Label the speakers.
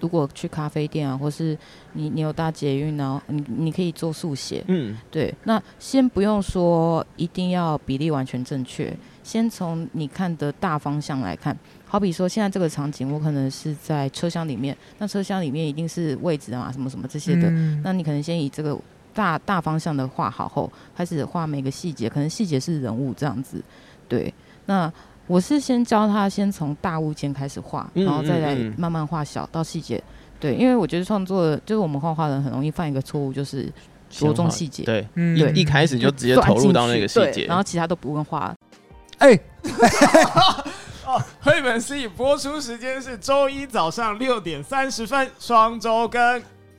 Speaker 1: 如果去咖啡店啊，或是你你有搭捷运啊，你你可以做速写。
Speaker 2: 嗯，
Speaker 1: 对，那先不用说一定要比例完全正确，先从你看的大方向来看。好比说，现在这个场景，我可能是在车厢里面，那车厢里面一定是位置啊，什么什么这些的。
Speaker 2: 嗯
Speaker 1: 那你可能先以这个大大方向的画好后，开始画每个细节，可能细节是人物这样子。对，那我是先教他先从大物件开始画，
Speaker 2: 嗯
Speaker 1: 然后再来
Speaker 2: 嗯嗯
Speaker 1: 慢慢画小到细节。对，因为我觉得创作就是我们画画人很容易犯一个错误，就是着重细节，
Speaker 3: 对，
Speaker 4: 嗯
Speaker 1: 对
Speaker 3: 一一开始就直接投入到那个细
Speaker 1: 钻进去
Speaker 3: 节
Speaker 1: 对，然后其他都不用画。
Speaker 4: 哎，
Speaker 5: 绘本 C 播出时间是周一早上六点三十分，双周更，